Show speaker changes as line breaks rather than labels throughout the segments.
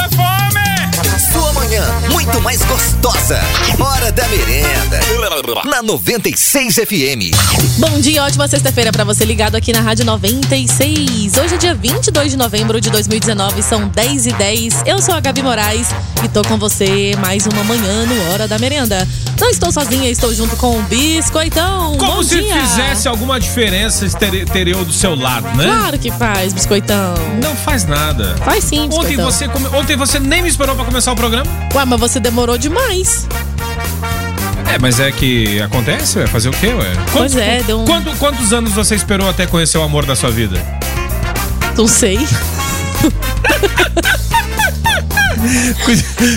a fome!
Sua manhã, muito mais gostosa. Hora da merenda. Na 96 FM.
Bom dia, ótima sexta-feira para você ligado aqui na Rádio 96. Hoje é dia 22 de novembro de 2019, são 10 e 10 Eu sou a Gabi Moraes e tô com você mais uma manhã no Hora da Merenda. Não estou sozinha, estou junto com o Biscoitão.
Como
Bom
se
dia.
fizesse alguma diferença ter, ter eu do seu lado, né?
Claro que faz, Biscoitão.
Não faz nada.
Faz sim,
Ontem
Biscoitão.
você, come- Ontem você nem me esperou pra começar o programa.
Ué, mas você demorou demais.
É, mas é que acontece, ué. Fazer o quê, ué?
Pois é, deu um-
quando- quantos anos você esperou até conhecer o amor da sua vida?
Não sei.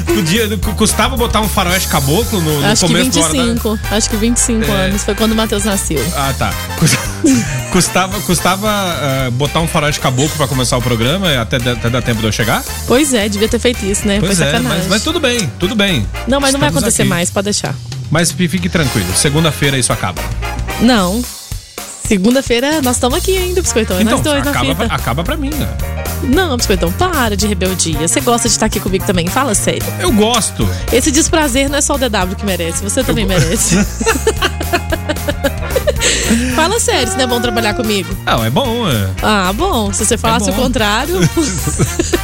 Podia, custava botar um faroeste caboclo no, no
Acho que
começo do Hora da...
25. Acho que 25
É.
anos. Foi quando o Matheus nasceu.
Ah, tá. Cus- Custava, custava ah, botar um farol de caboclo pra começar o programa até, da- até dar tempo de eu chegar?
Pois é, devia ter feito isso, né? Foi
é,
sacanagem.
mas, mas tudo bem, tudo bem.
Não, mas não vai
Estamos
acontecer
aqui.
mais, pode deixar.
Mas fi- fique tranquilo, segunda-feira isso acaba.
Não. Segunda-feira nós estamos aqui ainda, Biscoitão. É nós dois na
Então, acaba,
fita.
pra, acaba pra mim, né?
Não, Biscoitão, para de rebeldia. Você gosta de estar aqui comigo também, fala sério.
Eu gosto.
Esse desprazer não é só o DW que merece, você também merece. fala sério, se não é bom trabalhar comigo.
Não, é bom. É.
Ah, bom, se você falasse
bom. é
o contrário,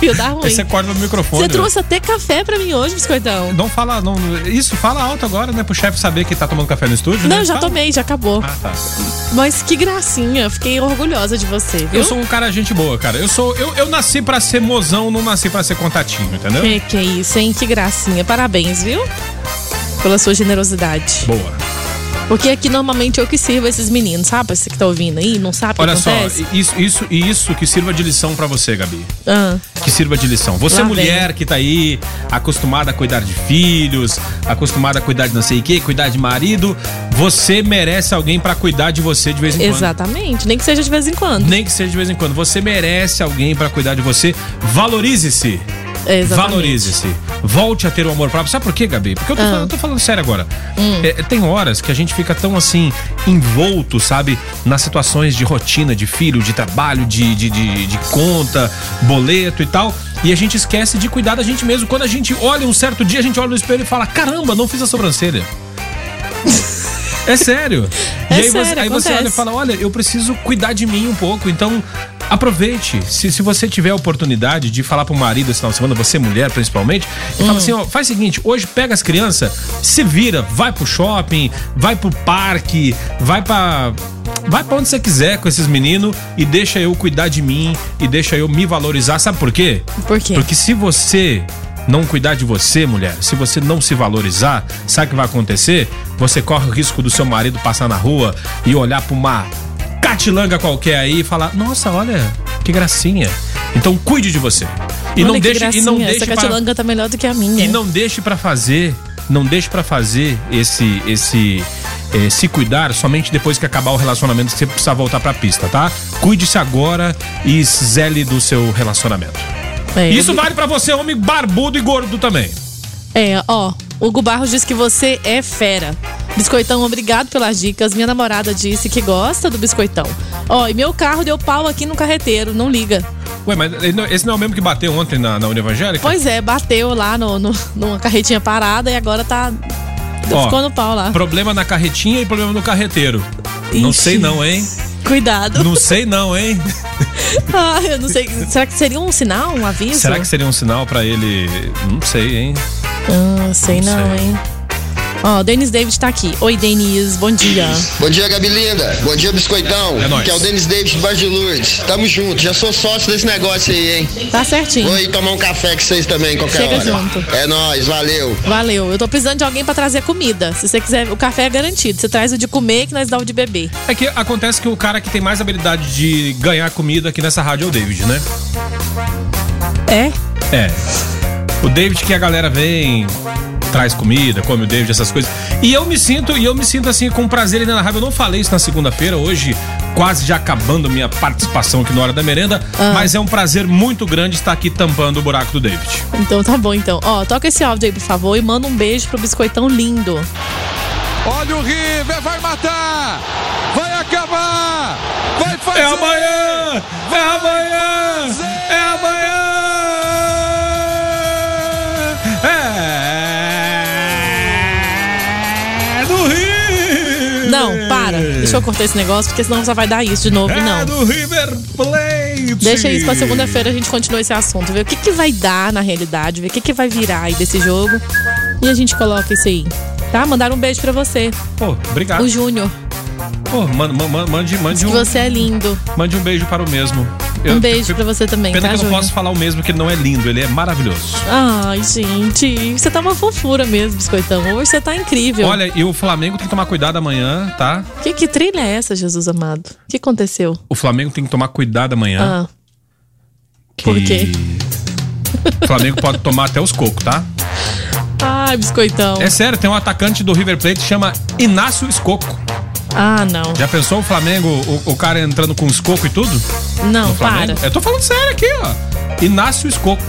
ia dar ruim.
Aí você corta no microfone.
Você
né?
trouxe até café pra mim hoje, Biscoitão.
Não fala. Não, isso, fala alto agora, né? Pro chefe saber que tá tomando café no estúdio.
Não,
né?
já
Fala.
tomei, já acabou.
Ah, tá.
Mas que gracinha, fiquei orgulhosa de você, viu?
Eu sou um cara gente boa, cara. Eu sou. Eu, eu nasci pra ser mozão, não nasci pra ser contatinho, entendeu?
Que, que isso, hein? Que gracinha. Parabéns, viu? Pela sua generosidade.
Boa.
Porque aqui normalmente eu que sirvo esses meninos, sabe? Você que tá ouvindo aí, não sabe o que
Olha só,
acontece?
isso, isso, e isso que sirva de lição pra você, Gabi.
Ah,
Que sirva de lição.
Lá
Você,
vem.
mulher que tá aí, acostumada a cuidar de filhos, acostumada a cuidar de não sei o quê, cuidar de marido, você merece alguém pra cuidar de você de vez em quando.
exatamente. Nem que seja de vez em quando.
Nem que seja de vez em quando. Você merece alguém pra cuidar de você. Valorize-se.
É, Exatamente.
Valorize-se. Volte a ter o amor próprio. Sabe por quê, Gabi? Porque eu tô,
Ah. Hum.
falando, eu tô falando sério agora. É, tem horas que a gente fica tão assim, envolto, sabe? Nas situações de rotina, de filho, de trabalho, de, de, de, de conta, boleto e tal. E a gente esquece de cuidar da gente mesmo. Quando a gente olha um certo dia, a gente olha no espelho e fala: caramba, não fiz a sobrancelha. É sério.
É
e aí, você,
sério,
aí você
acontece.
olha e fala: olha, eu preciso cuidar de mim um pouco, então aproveite. Se, se você tiver a oportunidade de falar pro marido esse final de semana, você mulher principalmente, e fala assim: ó, faz o seguinte, hoje pega as crianças, se vira, vai pro shopping, vai pro parque, vai pra. Vai pra onde você quiser com esses meninos e deixa eu cuidar de mim e deixa eu me valorizar. Sabe por quê?
Por quê?
Porque se você não cuidar de você, mulher, se você não se valorizar, sabe o que vai acontecer? Você corre o risco do seu marido passar na rua e olhar pra uma catilanga qualquer aí e falar: Nossa, olha, que gracinha. Então cuide de você. E
Olha
não
que
deixe e
gracinha.
não
Essa
deixe pra,
catilanga tá melhor do que a minha.
e não deixe para fazer, não deixe pra fazer esse esse eh, se cuidar somente depois que acabar o relacionamento que você precisa voltar pra pista, tá? Cuide-se agora e zele do seu relacionamento.
É,
Isso
eu-
vale pra você, homem barbudo e gordo também.
É, ó, Hugo Barros diz que você é fera. Biscoitão, obrigado pelas dicas. Minha namorada disse que gosta do biscoitão. Ó, e meu carro deu pau aqui no carreteiro, não liga.
Ué, mas ele não- esse não é o mesmo que bateu ontem na, na União Evangélica?
Pois é, bateu lá no, no- numa carretinha parada e agora tá.
Ó,
ficou no pau lá.
Problema na carretinha e problema no carreteiro. Não
é. Ixi.
sei não, hein?
Cuidado.
Não sei não, hein?
Ah, eu não sei. Será que seria um sinal, um aviso?
Será que seria um sinal pra ele? Não sei, hein?
Ah, sei não,
Não sei.
hein? Ó, o Denis David tá aqui. Oi, Denis, bom dia.
Bom dia, Gabi Linda. Bom dia, Biscoitão.
É nóis.
que é o Denis David de Barra de Lourdes. Tamo junto. Já sou sócio desse negócio aí, hein?
Tá certinho.
Vou ir tomar um café com vocês também qualquer
Chega
hora.
junto.
É nóis, valeu.
Valeu. Eu tô precisando de alguém pra trazer comida. Se você quiser, o café é garantido. Você traz o de comer que nós dá o de beber.
É que acontece que o cara que tem mais habilidade de ganhar comida aqui nessa rádio é o David, né?
É?
É. O David que a galera vem, traz comida, come o David, essas coisas. E eu me sinto, e eu me sinto assim com prazer ainda na raiva. Eu não falei isso na segunda-feira, hoje quase já acabando minha participação aqui no Hora da Merenda, mas é um prazer muito grande estar aqui tampando o buraco do David.
Então tá bom, então. Ó, toca esse áudio aí, por favor, e manda um beijo pro biscoitão lindo.
Olha o River, vai matar! Vai acabar! Vai fazer!
É amanhã! É amanhã! É amanhã! É do River!
Não, para. Deixa eu cortar esse negócio, porque senão só vai dar isso de novo. e
É
Não.
do River Plate!
Deixa isso pra segunda-feira a gente continua esse assunto, ver o que, que vai dar na realidade, ver o que, que vai virar aí desse jogo. E a gente coloca isso aí. Tá? Mandar um beijo pra você,
Pô, obrigado.
o Júnior.
Pô, man- man- man- mande, mande,
Diz que
um,
você é lindo.
mande um beijo para o mesmo.
Um beijo pra você também, tá,
Pena que eu não
Júnior?
posso falar o mesmo, que ele não é lindo, ele é maravilhoso.
Ai, gente, você tá uma fofura mesmo, biscoitão. Hoje você tá incrível.
Olha, e o Flamengo tem que tomar cuidado amanhã, tá?
Que, que trilha é essa, Jesus amado? O que aconteceu?
O Flamengo tem que tomar cuidado
Ah,
amanhã.
por quê?
O Flamengo pode tomar até os cocos, tá?
ai, biscoitão.
É sério, tem um atacante do River Plate que chama Inácio Escoco.
Ah, não.
Já pensou o Flamengo, o, o cara entrando com escoco e tudo?
Não, para.
Flamengo? é Eu tô falando sério aqui, ó. Inácio Escoco.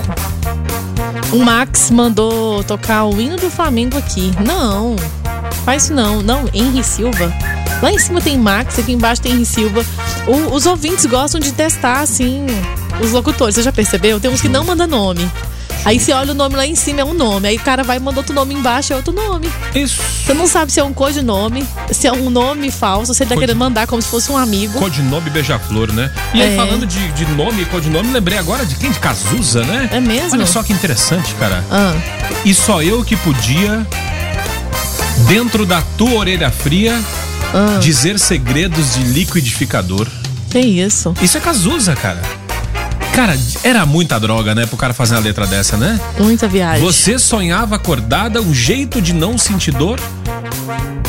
O Max mandou tocar o hino do Flamengo aqui. Não, faz isso não. Não, Henri Silva. Lá em cima tem Max, aqui embaixo tem Henri Silva. O- os ouvintes gostam de testar, assim, os locutores. Você já percebeu? Tem uns que não mandam nome. Aí você olha o nome lá em cima, é um nome. Aí o cara vai e manda outro nome embaixo, é outro nome.
Isso.
Você não sabe se é um codinome, se é um nome falso, se ele tá
Cod-
querendo mandar como se fosse um amigo.
Codinome Beija-Flor, né? E aí,
É.
falando de, de nome e codinome, lembrei agora de quem? De Cazuza, né?
É mesmo?
Olha só que interessante, cara.
Ah,
E só eu que podia, dentro da tua orelha fria,
ah,
dizer segredos de liquidificador.
que isso.
Isso é Cazuza, cara. Cara, era muita droga, né? Pro cara fazer uma letra dessa, né?
Muita viagem.
Você sonhava acordada um jeito de não sentir dor?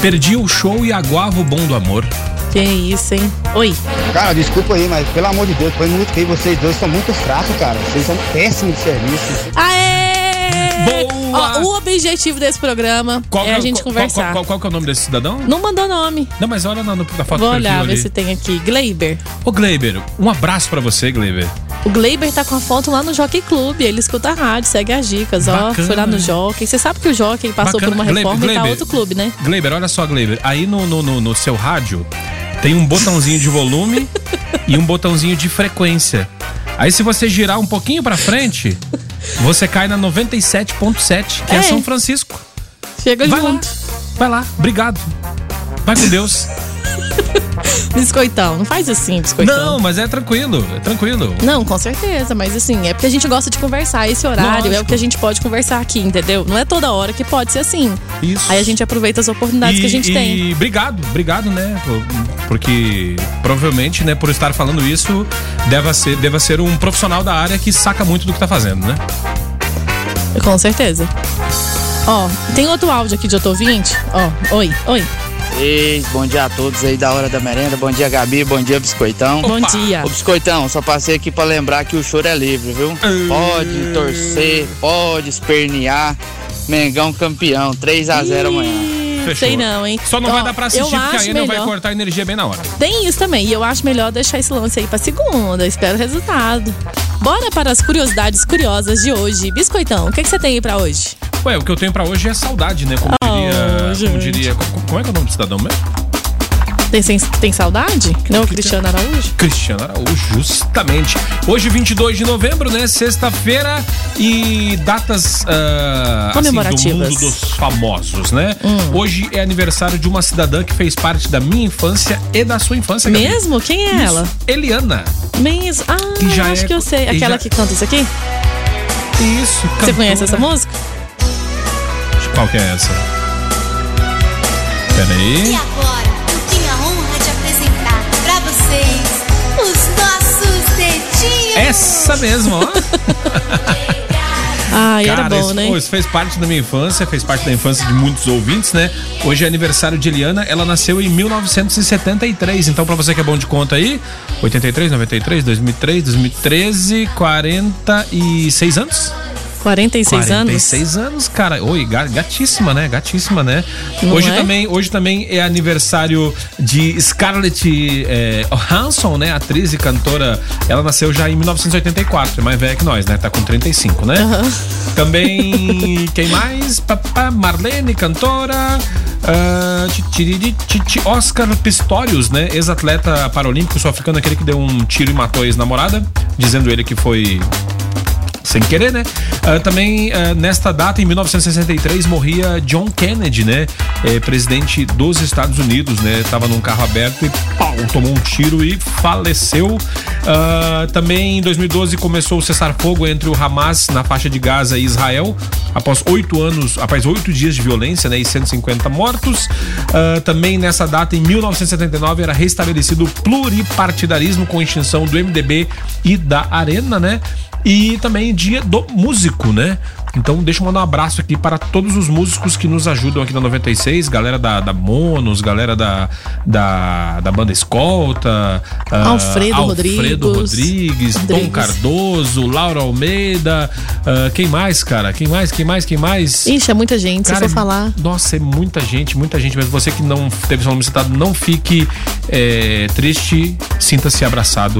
Perdia o show e aguava o bom do amor.
Que isso, hein? Oi.
Cara, desculpa aí, mas pelo amor de Deus, foi muito feio. Vocês dois são muito fracos, cara. Vocês são péssimos de serviço.
Aê!
Boa!
Ó, o objetivo desse programa é
que
a gente
qual-
conversar.
Qual, qual- qual que é o nome desse cidadão?
Não mandou nome.
Não, mas olha na, no- na foto
Vou
do perfil
olhar,
ali.
ver se tem aqui. Gleiber.
Ô, Gleiber, um abraço pra você, Gleiber.
O Gleiber tá com a foto lá no Jockey Club. Ele escuta a rádio, segue as dicas, ó.
Bacana,
Foi lá
né?
no Jockey. Você sabe que o Jockey passou
Bacana.
por uma
Gleiber,
reforma e tá
Gleiber.
outro clube, né?
Gleiber, olha só, Gleiber. Aí no, no, no- no seu rádio tem um botãozinho de volume e um botãozinho de frequência. Aí se você girar um pouquinho pra frente, você cai na 97.7, que é,
É.
São Francisco.
Chega
Vai lá.
junto.
Vai lá. Obrigado. Vai com Deus.
Biscoitão. Não faz assim, biscoitão.
Não, mas é tranquilo. É tranquilo.
Não, com certeza, mas assim, é porque a gente gosta de conversar. Esse horário é o
Lógico.
que a gente pode conversar aqui, entendeu? Não é toda hora que pode ser assim.
Isso.
Aí a gente aproveita as oportunidades que a gente
e
tem.
obrigado, obrigado, né? por- Porque provavelmente, né, por estar falando isso, deva ser, deva ser um profissional da área que saca muito do que tá fazendo, né?
Com certeza. Ó, tem outro áudio aqui de outro ouvinte. Ó, oi, oi.
Ei, bom dia a todos aí da Hora da Merenda. Bom dia, Gabi. Bom dia, Biscoitão.
Bom dia.
Ô, Biscoitão, só passei aqui pra lembrar que o choro é livre, viu? Pode torcer, pode espernear. Mengão campeão, 3 a 0 amanhã.
Ih,
Fechou.
Sei não, hein?
Só não
Ó,
vai dar pra assistir,
Então, eu
porque a
acho
Ana vai
melhor-
cortar a energia bem na hora.
Tem isso também. E eu acho melhor deixar esse lance aí pra segunda. Espero o resultado. Bora para as curiosidades curiosas de hoje. Biscoitão, o que, que você tem aí pra hoje?
Ué, o que eu tenho pra hoje é saudade, né? Como
Oh,
diria. Como
gente.
diria. co- Como é que é o nome do cidadão mesmo?
Tem, tem, tem saudade? Não, Cristiano Araújo?
Cristiano Araújo, justamente. Hoje, 22 de novembro, né? Sexta-feira e datas ah, assim, do
Comemorativas. Hum.
mundo dos famosos, né? Hoje é aniversário de uma cidadã que fez parte da minha infância e da sua infância. Gabi.
Mesmo? Quem é
Isso,
ela?
Eliana.
Mesmo. Ah,
E já
acho
é-
que eu sei.
e
Aquela
já-
que canta isso aqui?
Isso.
Você conhece
né?
essa música?
Qual que é essa?
E
Peraí.
agora eu tenho a honra de apresentar pra vocês os nossos dedinhos.
Essa mesmo, ó.
Ah, era
Cara,
bom,
isso,
né?
pô, isso fez parte da minha infância, fez parte da infância de muitos ouvintes, né? Hoje é aniversário de Eliana, ela nasceu em 1973. Então, pra você que é bom de conta aí, 83, 93, 2003, 2013, 46 anos?
46, anos?
46 anos, cara. Oi, ga- gatíssima, né? Gatíssima, né?
Não
hoje,
é?
também, hoje também é aniversário de Scarlett eh, Johansson, né? Atriz e cantora. Ela nasceu já em 1984, é mais velha que nós, né? Tá com 35, né? Também, quem mais? Papá, Marlene, cantora. Ah, ti- tiriri- ti- ti- Oscar Pistorius, né? Ex-atleta paralímpico sul-africano, aquele que deu um tiro e matou a ex-namorada, dizendo ele que foi sem querer, né? Ah, também ah, nesta data, em 1963, morria John Kennedy, né? Eh, presidente dos Estados Unidos, né? Tava num carro aberto e pau, tomou um tiro e faleceu. Ah, também em 2012 começou o cessar-fogo entre o Hamas na faixa de Gaza e Israel, após oito anos, após oito dias de violência, né? E 150 mortos. Ah, também nessa data, em 1979, era restabelecido o pluripartidarismo com extinção do MDB e da Arena, né? E também dia do músico, né? Então deixa eu mandar um abraço aqui para todos os músicos que nos ajudam aqui na 96, galera da, da Monos, galera da, da, da Banda Escolta, ah,
Alfredo
Alfredo
Rodrigues.
Rodrigues, Tom
Rodrigues.
Cardoso, Laura Almeida, ah, quem mais, cara? Quem mais, quem mais, quem mais?
Ixi, é muita gente, se
Cara,
for
é-
falar.
Nossa, é muita gente, muita gente. Mas você que não teve seu nome citado, não fique é, triste, sinta-se abraçado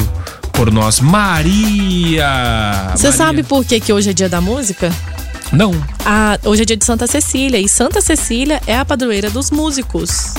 por nós. Maria!
Você
Maria.
sabe por que, que hoje é dia da música?
Não.
Ah, hoje é dia de Santa Cecília e Santa Cecília é a padroeira dos músicos.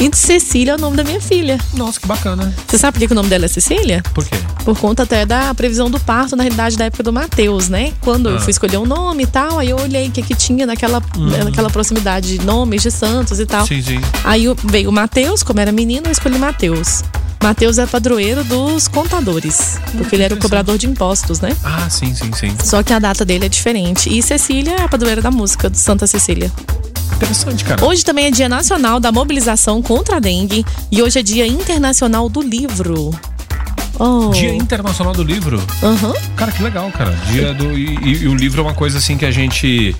E Cecília é o nome da minha filha.
Nossa, que bacana.
Você sabe por que, que o nome dela é Cecília?
Por quê?
Por conta até da previsão do parto, na realidade, da época do Matheus, né? Quando eu
Ah. Hum.
fui escolher um nome e tal, aí eu olhei o que, que tinha naquela, eh, naquela proximidade de nomes de santos e tal.
Sim, sim.
Aí o- veio o Matheus, como era menino, eu escolhi Matheus. Matheus é padroeiro dos contadores, porque ele era o
Hum, interessante.
cobrador de impostos, né?
Ah, sim, sim, sim.
Só que a data dele é diferente. E Cecília é a padroeira da música, de Santa Cecília.
Interessante, cara.
Hoje também é Dia Nacional da Mobilização contra a Dengue. E hoje é Dia Internacional do Livro. Oh.
Dia Internacional do Livro.
Aham.
Cara, que legal, cara. Dia do. E, e- e o livro é uma coisa assim que a gente.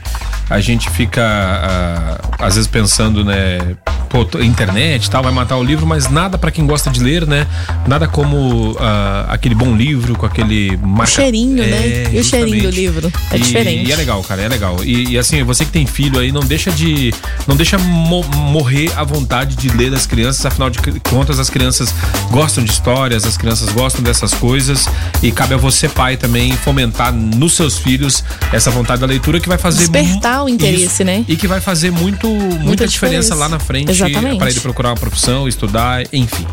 A gente fica, ah, às vezes, pensando, né? Pô, tô- internet e tal, vai matar o livro, mas nada pra quem gosta de ler, né? Nada como ah, aquele bom livro, com aquele
O
marca...
cheirinho,
É,
né? E o
justamente.
cheirinho do livro. É
E-
diferente.
E é legal, cara, é legal. E, e assim, você que tem filho aí, não deixa de. Não deixa mo- morrer a vontade de ler das crianças. Afinal de c- contas, as crianças gostam de histórias, as crianças gostam dessas coisas. E cabe a você, pai, também fomentar nos seus filhos essa vontade da leitura que vai fazer. mu-
Despertar o interesse, né?
E que vai fazer muito, muita
diferença.
diferença lá na frente
Exatamente.
para ele procurar uma profissão, estudar, enfim.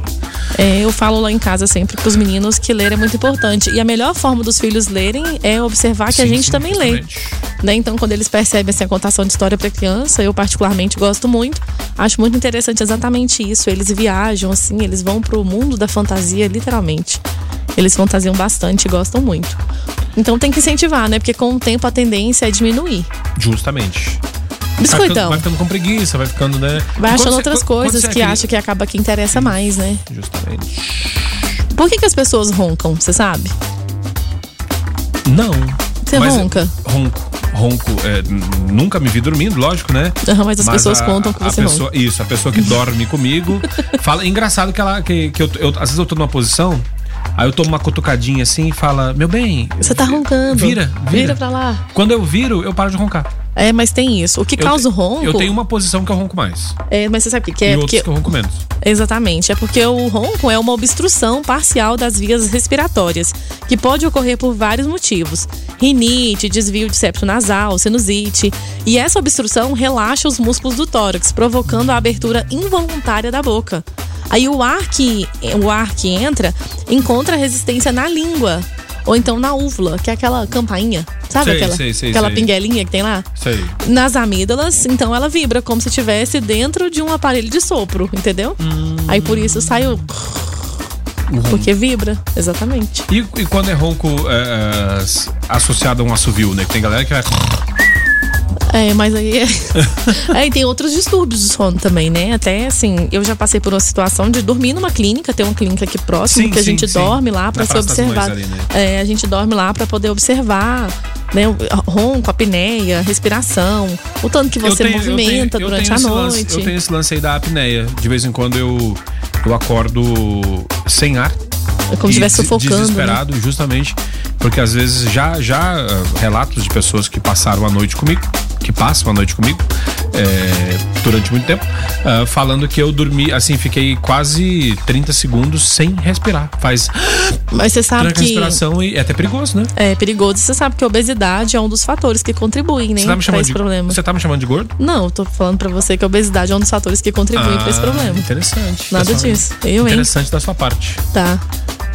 É, eu falo lá em casa sempre pros meninos que ler é muito importante. E a melhor forma dos filhos lerem é observar que a
Sim,
gente
sim,
também lê.
justamente.
né? Então, quando eles percebem assim, a contação de história para criança, eu particularmente gosto muito. Acho muito interessante exatamente isso. Eles viajam, assim, eles vão pro mundo da fantasia, literalmente. Eles fantasiam bastante e gostam muito. Então tem que incentivar, né? Porque com o tempo a tendência é diminuir.
Justamente. Vai ficando,
Biscoitão,
vai ficando com preguiça, vai ficando, né?
então. vai
E quando
achando
você-
outras
quando- quando
coisas
você é
que
criança-
acha que acaba que interessa mais, né?
Justamente.
Por que, que as pessoas roncam, você sabe?
Não.
Você ronca?
Ronco. Ronco. É, n- nunca me vi dormindo, lógico, né?
Aham, mas as pessoas contam que
a
você
pessoa, Isso, a pessoa que dorme comigo fala. é Engraçado que ela. Que, que eu, eu- às vezes eu tô numa posição, aí eu tomo uma cutucadinha assim e fala: Meu bem.
Você tá roncando.
Vira, vira.
Vira pra lá.
Quando eu viro, eu paro de roncar.
É, mas tem isso. O que
Eu
causa o
te-
ronco.
Eu tenho uma posição que eu ronco mais.
é, mas você sabe o que que é?
e outros
Porque
que eu ronco menos.
Exatamente, é porque o ronco é uma obstrução parcial das vias respiratórias, que pode ocorrer por vários motivos: rinite, desvio de septo nasal, sinusite. E essa obstrução relaxa os músculos do tórax, provocando a abertura involuntária da boca. Aí o ar que, o ar que entra encontra resistência na língua, ou então na úvula, que é aquela campainha, sabe
Sei,
aquela,
sei, sei,
aquela
sei.
pinguelinha que tem lá?
Isso aí.
nas amígdalas, então ela vibra como se estivesse dentro de um aparelho de sopro, entendeu?
Hum.
Aí por isso sai o.
Uhum.
Porque vibra, exatamente.
E, e quando é ronco é, é, s- associado a um assovio, né? Que tem galera que vai.
É, mas aí. aí tem outros distúrbios do sono também, né? Até assim, eu já passei por uma situação de dormir numa clínica, tem uma clínica aqui próximo,
Sim,
que a
sim,
gente
sim.
dorme lá
Na
pra ser
Praça das Mães
observado.
ali, né?
É, a gente dorme lá pra poder observar. Né, o ronco, apneia, respiração, o tanto que você
tenho-
movimenta
tenho- eu
durante
tenho
a
esse
noite.
lance- eu tenho esse lance aí da apneia. De vez em quando eu, eu acordo sem ar.
É como se
e
estivesse
des-
sufocando. né?
Desesperado, justamente. Porque às vezes já, já ah, relatos de pessoas que passaram a noite comigo, que passam a noite comigo, é, durante muito tempo, ah, falando que eu dormi, assim, fiquei quase 30 segundos sem respirar. Faz
Mas você sabe
tranca a
que
respiração e é até perigoso, né?
é perigoso. Você sabe que a obesidade é um dos fatores que contribuem, né?
Você tá, me
pra
chamando
esse
de,
problema.
você tá me chamando de gordo?
Não, eu tô falando pra você que a obesidade é um dos fatores que contribuem pra esse
Ah,
problema.
Interessante.
Nada
Pessoal,
disso. Eu, hein?
Interessante da sua parte.
Tá.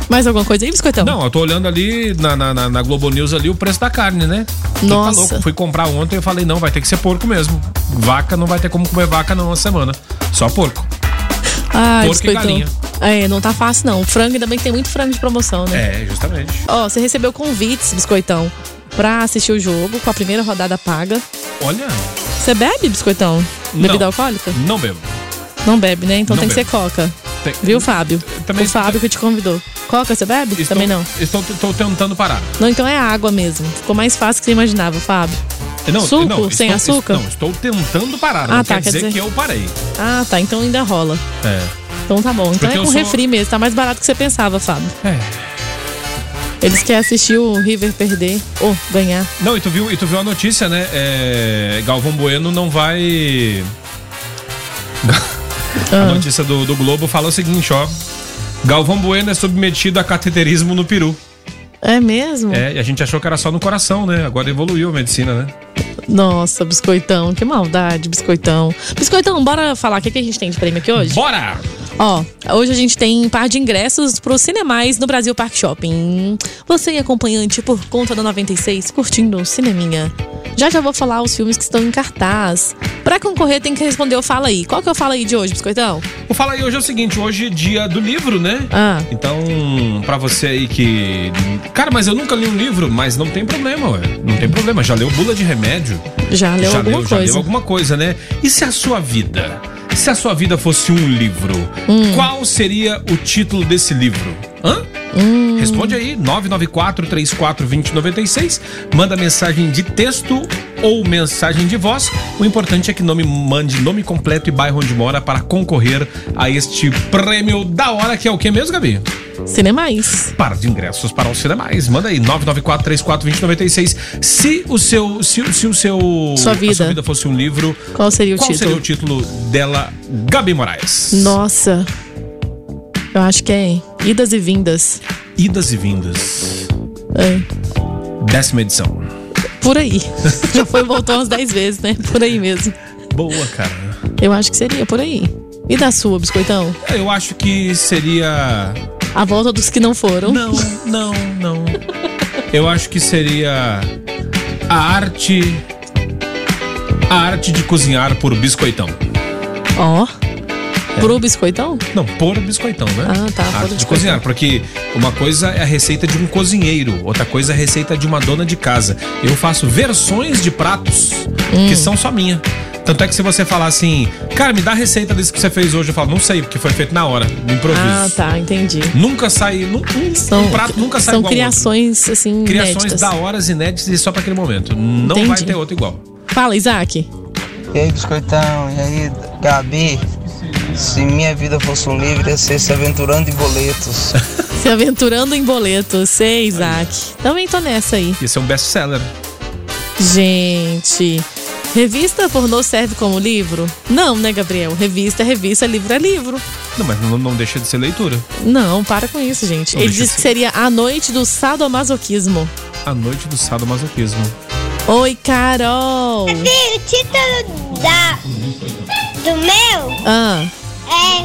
Mais alguma coisa aí, biscoitão?
Não, eu tô olhando ali na, na, na- na Globo News ali o preço da carne, né? Quem
Nossa.
Tá louco. Fui comprar ontem e falei, não, vai ter que ser porco mesmo. Vaca não vai ter como comer vaca não uma semana. Só porco.
Ai,
Porco e galinha.
É, não tá fácil, não. Frango, ainda bem que tem muito frango de promoção, né?
É, justamente.
Ó, você recebeu convites, biscoitão, pra assistir o jogo com a primeira rodada paga.
Olha,
Você bebe, biscoitão?
Não.
Bebida alcoólica?
não bebo.
Não bebe, né? Então
Não
tem que
bebo.
ser coca.
Tem-
Viu, Fábio?
Também-
o Fábio que te convidou. Coca, você bebe?
Estou-
Também não.
Estou tô tentando parar.
Não, então é água mesmo. Ficou mais fácil que você imaginava, Fábio.
Não,
Suco
não,
sem
estou-
açúcar?
Não, estou tentando parar.
Ah,
não
tá,
quer,
quer
dizer,
dizer-
que eu parei.
Ah, tá. Então ainda rola.
É.
Então tá bom. Então
Porque
é
eu
com
sou-
refri mesmo. Tá mais barato que você pensava, Fábio.
É.
Eles querem assistir o River perder ou ganhar.
Não, e tu viu, e tu viu a notícia, né? É, Galvão Bueno não vai. A
Ah,
notícia do, do Globo fala o seguinte, ó. Galvão Bueno é submetido a cateterismo no peru.
é mesmo?
É, e a gente achou que era só no coração, né? Agora evoluiu a medicina, né?
Nossa, biscoitão. Que maldade, biscoitão. Biscoitão, bora falar. O que, que a gente tem de prêmio aqui hoje?
Bora!
Ó, hoje a gente tem um par de ingressos pro Cinemais no Brasil Park Shopping. Você e acompanhante por conta da 96, curtindo o Cineminha. Já já vou falar os filmes que estão em cartaz. Pra concorrer tem que responder o Fala Aí. Qual que é o Fala Aí de hoje, Biscoitão?
O Fala aí hoje é o seguinte, hoje é dia do livro, né?
Ah,
Então, pra você aí que. Cara, mas eu nunca li um livro, mas não tem problema, ué. Não tem problema. Já leu Bula de Remédio?
já leu
já
alguma
leu, já
coisa?
leu alguma coisa, né? E se a sua vida? Se a sua vida fosse um livro,
Hum.
qual seria o título desse livro? Hã?
Hum.
Responde aí, 994-342096. Manda mensagem de texto ou mensagem de voz. O importante é que nome mande nome completo e bairro onde mora para concorrer a este prêmio da hora, que é o que mesmo, Gabi?
Cinemais.
par de ingressos para os cinemais. Manda aí, 994-342096. Se o seu. Se, se o seu.
Sua vida.
A sua vida fosse um livro,
Qual seria o
qual
título?
seria o título dela, Gabi Moraes?
Nossa. Eu acho que é Idas e Vindas.
Idas e Vindas.
É,
Décima edição.
por aí. Já foi e voltou umas 10 vezes, né? Por aí mesmo.
Boa, cara.
Eu acho que seria por aí. E da sua, biscoitão?
Eu acho que seria.
A volta dos que não foram.
Não, não, não. Eu acho que seria. A arte. A arte de cozinhar por biscoitão.
Ó.
É.
Pro biscoitão?
Não, por biscoitão, né?
Ah, tá, por
A arte de
biscoitão.
cozinhar, porque uma coisa é a receita de um cozinheiro, outra coisa é a receita de uma dona de casa. Eu faço versões de pratos
Hum.
que são só minha. Tanto é que se você falar assim, cara, me dá a receita disso que você fez hoje, eu falo, não sei, porque foi feito na hora, no improviso.
Ah, tá, entendi.
Nunca sai, nu- um,
São,
um prato nunca sai
são
igual ao outro.
criações, assim,
Criações
inéditas.
da horas inéditas e só pra aquele momento. Não vai
Entendi.
ter outro igual.
Fala, Isaac.
E aí, biscoitão? E aí, Gabi? Se minha vida fosse um livro, ia ser se aventurando em boletos.
Se aventurando em boletos. Sei, Isaac. Também tô nessa aí.
Ia ser um best-seller.
Gente. Revista pornô serve como livro? Não, né, Gabriel? Revista é revista, livro é livro.
Não, mas não, não deixa de ser leitura.
Não, para com isso, gente.
Não,
Ele
deixa
disse
eu
que seria a noite do sadomasoquismo.
A noite do sadomasoquismo.
Oi, Carol!
Sim, o título da, do meu
Ah,
é.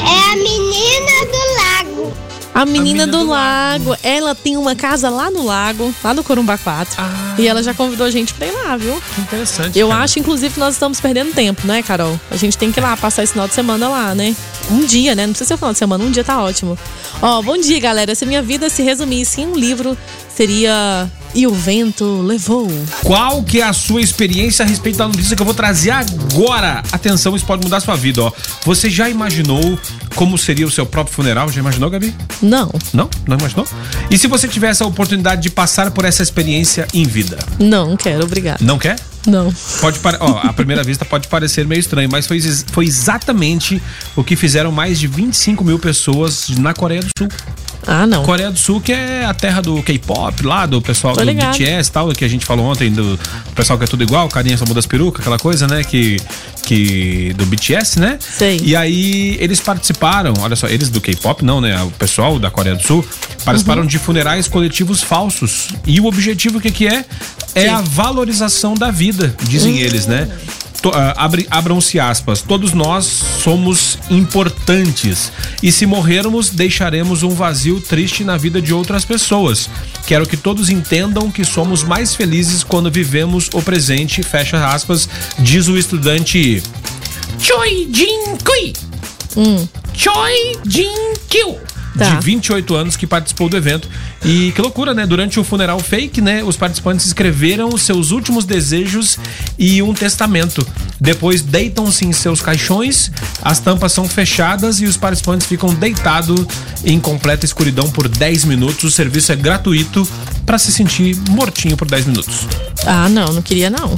É a menina do lago.
a menina do, lago. Ela tem uma casa lá no lago, lá no Corumbá 4.
Ah.
E ela já convidou a gente pra ir lá, viu?
Que interessante.
Eu
cara.
acho, inclusive, que nós estamos perdendo tempo, né, Carol? A gente tem que ir lá passar esse final de semana lá, né? Um dia, né? Não precisa ser o final de semana, um dia tá ótimo. Ó, bom dia, galera. Se minha vida se resumisse em um livro, seria. E o vento levou.
Qual que é a sua experiência a respeito da notícia que eu vou trazer agora? Atenção, isso pode mudar sua vida, ó. Você já imaginou como seria o seu próprio funeral? Já imaginou, Gabi?
Não,
Não? Não imaginou? E se você tivesse a oportunidade de passar por essa experiência em vida?
não quero, obrigada.
Não quer?
Não.
Pode pare... Ó, à primeira vista pode parecer meio estranho, mas foi, ex- foi exatamente o que fizeram mais de 25 mil pessoas na Coreia do Sul.
Ah, não.
Coreia do Sul, que é a terra do K-pop, lá do pessoal
Tô
do
ligado.
BTS e tal, que a gente falou ontem, do pessoal que é tudo igual, carinha só muda as perucas, aquela coisa, né? Que, que do BTS, né?
Sei.
E aí eles participaram, olha só, eles do K-pop, não, né? O pessoal da Coreia do Sul participaram de funerais coletivos falsos. E o objetivo, o que, que é? É a valorização da vida, dizem eles, né? To- ah, abre- Abram-se aspas. Todos nós somos importantes. E se morrermos, deixaremos um vazio triste na vida de outras pessoas. Quero que todos entendam que somos mais felizes quando vivemos o presente. Fecha aspas, diz o estudante Choi Jin Kui. Choi Jin Kyu.
Tá.
De 28 anos que participou do evento. E que loucura, né? Durante o funeral fake, né? Os participantes escreveram os seus últimos desejos e um testamento. Depois deitam-se em seus caixões, as tampas são fechadas e os participantes ficam deitados em completa escuridão por 10 minutos. O serviço é gratuito para se sentir mortinho por 10 minutos.
Ah, não, não queria não.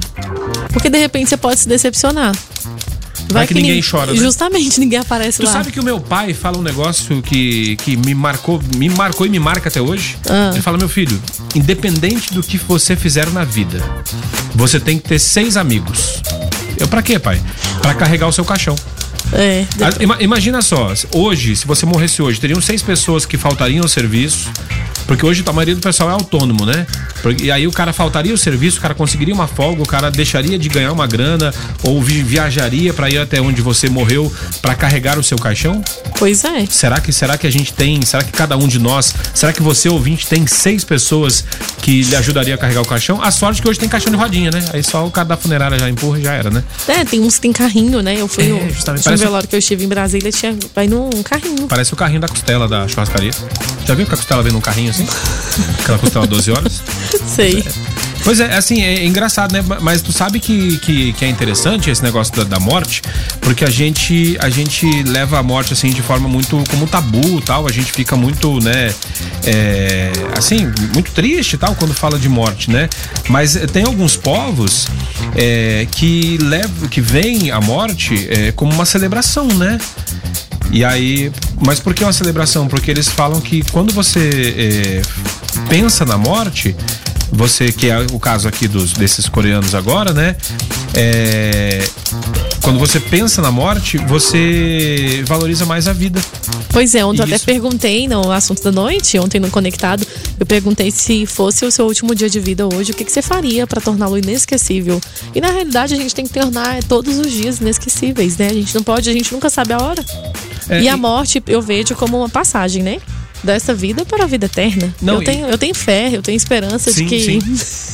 Porque de repente você pode se decepcionar.
Vai que ninguém chora, né?
Justamente, ninguém aparece
Tu
lá.
sabe que o meu pai fala um negócio que, que me marcou, me marcou e me marca até hoje?
Ah.
Ele fala, meu filho, independente do que você fizer na vida, você tem que ter seis amigos. Eu, pra quê, pai? Pra carregar o seu caixão.
É.
Ah, ima- Imagina só, hoje, se você morresse hoje, teriam seis pessoas que faltariam ao serviço. Porque hoje a maioria do pessoal é autônomo, né? Por- E aí o cara faltaria o serviço, o cara conseguiria uma folga, o cara deixaria de ganhar uma grana ou vi- viajaria pra ir até onde você morreu pra carregar o seu caixão?
Pois é.
Será que será que a gente tem, será que cada um de nós, será que você ouvinte tem seis pessoas que lhe ajudaria a carregar o caixão? A sorte é que hoje tem caixão de rodinha, né? Aí só o cara da funerária já empurra e já era, né?
É, tem uns que tem carrinho, né? Eu fui
É,
no,
justamente,
no
parece-
velório que eu estive em Brasília, tinha vai num carrinho.
Parece o carrinho da costela da churrascaria. Já viu que a costela vem num carrinho assim? Aquela costela 12 horas?
Sei.
Pois é, assim, é engraçado, né? Mas tu sabe que, que, que é interessante esse negócio da, da morte, porque a gente, a gente leva a morte, assim, de forma muito como um tabu e tal. A gente fica muito, né? é, assim, muito triste e tal quando fala de morte, né? Mas eh, tem alguns povos é, que levam, que veem a morte é, como uma celebração, né? E aí, mas por que uma celebração? Porque eles falam que quando você é, pensa na morte, você que é o caso aqui dos desses coreanos agora, né? É, quando você pensa na morte, você valoriza mais a vida.
Pois é, ontem eu até
Isso.
perguntei no assunto da noite, ontem no Conectado, eu perguntei se fosse o seu último dia de vida hoje, o que, que você faria pra torná-lo inesquecível? E na realidade a gente tem que tornar todos os dias inesquecíveis, né? A gente não pode, a gente nunca sabe a hora.
É,
e a morte eu vejo como uma passagem, né? Dessa vida para a vida eterna.
Não,
eu,
e-
tenho, eu tenho fé, eu tenho esperança
Sim,
de que
sim.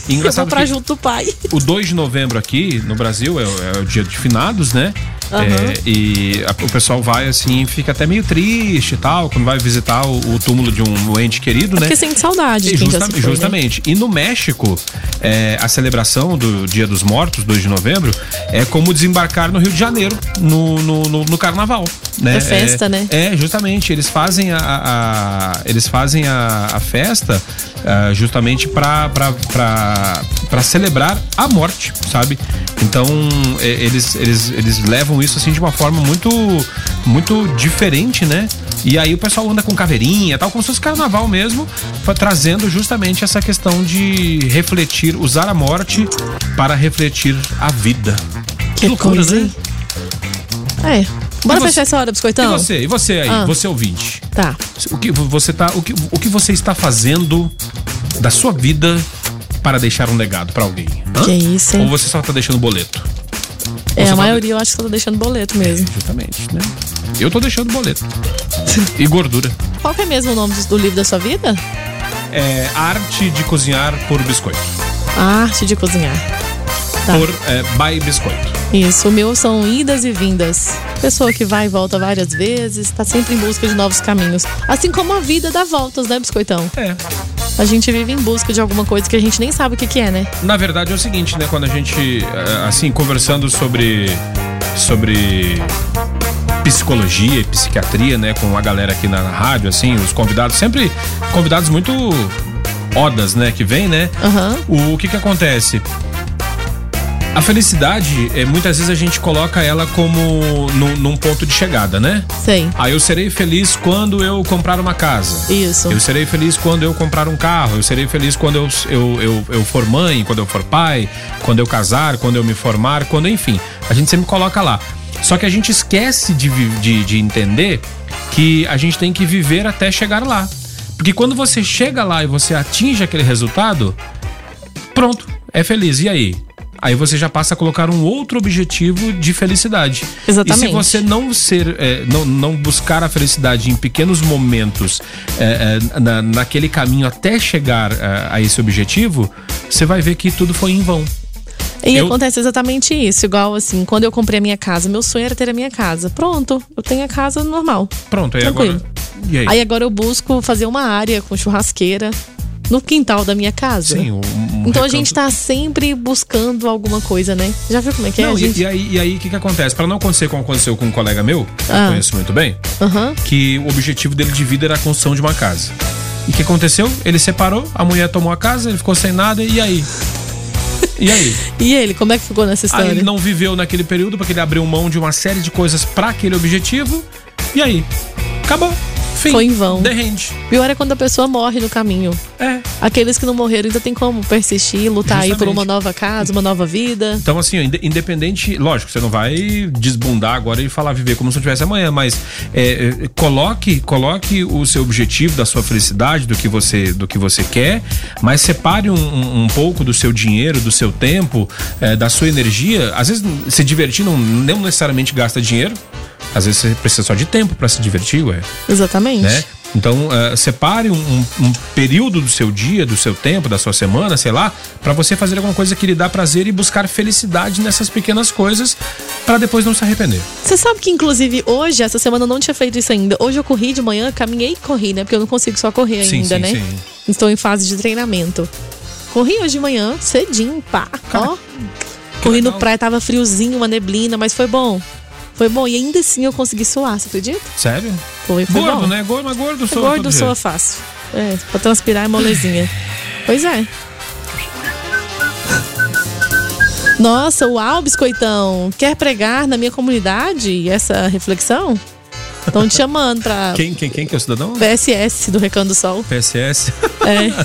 E
eu
engraçado
vou pra
que- né?
junto do pai.
o 2 de novembro aqui no Brasil é, o- é o dia de finados, né?
Aham.
É, e a- o pessoal vai assim, fica até meio triste e tal, quando vai visitar o, o túmulo de um ente querido, né?
É Porque sente saudade de
E
quem
justa-
já se foi, né?
justamente. E no México, é, a celebração do Dia dos Mortos, 2 de novembro, é como desembarcar no Rio de Janeiro, no, no, no- no carnaval. Né?
É festa, né?
É, justamente. Eles fazem a, a- a- eles fazem a, a festa ah, justamente pra pra- pra- pra celebrar a morte, sabe? Então, é, eles, eles, eles levam isso assim de uma forma muito, muito diferente, né? E aí o pessoal anda com caveirinha, tal, como se fosse carnaval mesmo, fa- trazendo justamente essa questão de refletir, usar a morte para refletir a vida.
Que coisa, hein? É. Bora
né? E você-
fechar essa hora, biscoitão?
E você, e você aí,
Ah.
você ouvinte?
Tá.
O que você tá, o que, o que você está fazendo da sua vida para deixar um legado para alguém? Hã?
Que isso, hein?
Ou você só tá deixando boleto?
É,
Você
a
tá-
maioria eu acho que só tá deixando boleto mesmo.
Justamente, né? Eu tô deixando boleto. E gordura.
Qual que é mesmo o nome do, do livro da sua vida?
É Arte de Cozinhar por Biscoito.
A Arte de Cozinhar. Tá.
Por é, By Biscoito.
Isso, o meu são idas e vindas. Pessoa que vai e volta várias vezes, tá sempre em busca de novos caminhos. Assim como a vida dá voltas, né, biscoitão?
É.
A gente vive em busca de alguma coisa que a gente nem sabe o que, que é, né?
Na verdade é o seguinte, né? Quando a gente, é, assim, conversando sobre. sobre psicologia e psiquiatria, né? Com a galera aqui na, na rádio, assim, os convidados, sempre convidados muito odas, né? Que vem, né?
Aham.
O que que acontece? A felicidade, é, muitas vezes a gente coloca ela como num, num ponto de chegada, né?
Sei.
Ah, eu serei feliz quando eu comprar uma casa.
Isso.
Eu serei feliz quando eu comprar um carro. Eu serei feliz quando eu, eu, eu, eu for mãe, quando eu for pai, quando eu casar, quando eu me formar, quando enfim. A gente sempre coloca lá. Só que a gente esquece de, vi- de, de entender que a gente tem que viver até chegar lá. Porque quando você chega lá e você atinge aquele resultado, pronto, é feliz. E aí? Aí você já passa a colocar um outro objetivo de felicidade.
Exatamente.
E se você não ser, eh, não, não buscar a felicidade em pequenos momentos eh, eh, na, naquele caminho até chegar eh, a esse objetivo, você vai ver que tudo foi em vão.
E
Eu-
acontece exatamente isso. Igual assim, quando eu comprei a minha casa, meu sonho era ter a minha casa. Pronto, eu tenho a casa normal.
Pronto, aí
Tranquilo.
agora. E aí?
Aí agora eu busco fazer uma área com churrasqueira no quintal da minha casa.
Sim, um, um
Então a
recanto-
gente tá sempre buscando alguma coisa, né? Já viu como é que é,
Não, e,
gente?
e aí, e aí, o que, que acontece? Pra não acontecer como aconteceu com um colega meu, que
Ah.
eu conheço muito bem,
Aham.
que o objetivo dele de vida era a construção de uma casa. E o que aconteceu? Ele separou, a mulher tomou a casa, ele ficou sem nada, e aí? E aí?
E ele, como é que ficou nessa
Aí
história?
ele não viveu naquele período porque ele abriu mão de uma série de coisas pra aquele objetivo, e aí? Acabou. Fim.
Foi em vão.
Derrende.
Pior é quando a pessoa morre no caminho.
É.
Aqueles que não morreram ainda tem como persistir, lutar aí por
Justamente.
uma nova casa, uma nova vida.
Então, assim, ó, inde- independente, lógico, você não vai desbundar agora e falar viver como se não tivesse amanhã, mas é, é, coloque, coloque o seu objetivo, da sua felicidade, do que você, do que você quer, mas separe um, um- um pouco do seu dinheiro, do seu tempo, é, da sua energia. Às vezes, se divertir não, não necessariamente gasta dinheiro. Às vezes você precisa só de tempo pra se divertir, ué
Exatamente.
né? Então, eh, separe um, um- um período do seu dia, do seu tempo, da sua semana, sei lá, pra você fazer alguma coisa que lhe dá prazer e buscar felicidade nessas pequenas coisas pra depois não se arrepender.
Você sabe que, inclusive, hoje, essa semana eu não tinha feito isso ainda. Hoje eu corri de manhã, caminhei e corri, né? Porque eu não consigo só correr
Sim,
ainda,
sim,
né?
sim.
Estou em fase de treinamento. Corri hoje de manhã, cedinho, pá. ó. Corri no
legal.
praia, tava friozinho, uma neblina, mas foi bom. Foi bom. E ainda assim eu consegui suar, você acredita?
Sério?
Foi, foi
gordo,
bom. é
né? Gordo, mas gordo sou.
Gordo
todo
soa
jeito.
fácil. É, pra transpirar é molezinha. pois é. Nossa, uau, biscoitão. Quer pregar na minha comunidade essa reflexão? Estão te chamando pra
Quem, quem, quem que é o cidadão?
PSS do Recanto do Sol.
PSS.
É.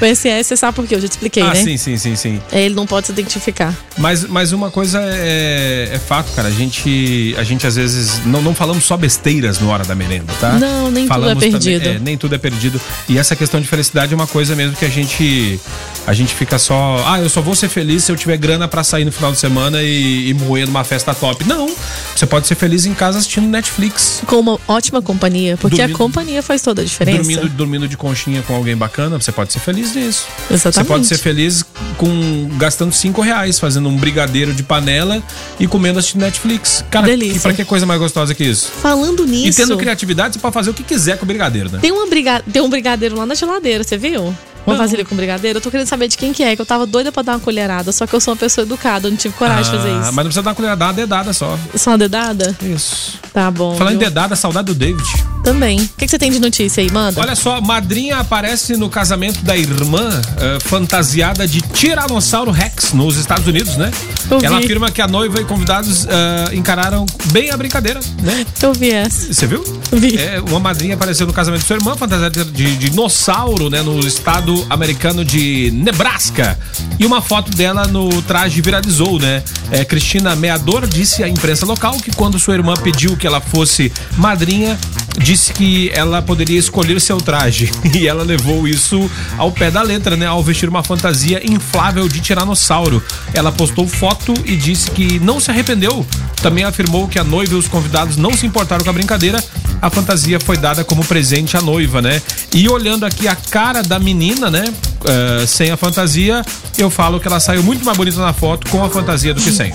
PSS, você sabe por quê? Eu já te expliquei,
ah,
né?
sim, sim, sim, sim.
É, Ele não pode se identificar.
Mas, mas uma coisa é, é fato, cara. A gente, a gente às vezes não, não falamos só besteiras no Hora da Merenda, tá?
Não, nem tudo é perdido.
é, nem tudo é perdido. E essa questão de felicidade é uma coisa mesmo que a gente, a gente fica só. Ah, eu só vou ser feliz se eu tiver grana pra sair no final de semana e, e moer numa festa top. Não. Você pode ser feliz em casa assistindo Netflix.
Com uma ótima companhia, porque
Dormindo-
a companhia faz toda a diferença.
Dormindo, dormindo de conchinha com alguém bacana, você pode ser feliz nisso.
Exatamente.
Você pode ser feliz com gastando cinco reais, fazendo um brigadeiro de panela e comendo assistindo Netflix. Cara,
Delícia.
que, pra que coisa mais gostosa que isso?
Falando nisso.
E tendo criatividade, você pode fazer o que quiser com o brigadeiro, né?
Tem, uma briga... Tem um brigadeiro lá na geladeira, você viu? Uma
Não.
vasilha com brigadeiro. Eu tô querendo saber de quem que é, que eu tava doida pra dar uma colherada. Só que eu sou uma pessoa educada, eu não tive coragem de fazer
Ah,
isso.
Mas não precisa dar uma colherada, dá uma dedada só.
Só uma dedada?
Isso.
Tá bom.
Falando em
viu?
dedada, saudade do David.
Também. O que, que você tem de notícia aí, manda?
Olha só, madrinha aparece no casamento da irmã eh, fantasiada de Tiranossauro Rex nos Estados Unidos, né?
Eu vi.
Ela afirma que a noiva e convidados eh, encararam bem a brincadeira, né?
Eu vi essa.
Você viu?
Vi.
É, uma madrinha apareceu no casamento de sua irmã, fantasiada de de dinossauro, né? No estado americano de Nebraska. E uma foto dela no traje viralizou, né? É, Cristina Meador disse à imprensa local que quando sua irmã pediu que ela fosse madrinha, disse que ela poderia escolher seu traje. E ela levou isso ao pé da letra, né? Ao vestir uma fantasia inflável de tiranossauro. Ela postou foto e disse que não se arrependeu. Também afirmou que a noiva e os convidados não se importaram com a brincadeira. A fantasia foi dada como presente à noiva, né? E olhando aqui a cara da menina, né? eh, sem a fantasia, eu falo que ela saiu muito mais bonita na foto com a fantasia do que sem.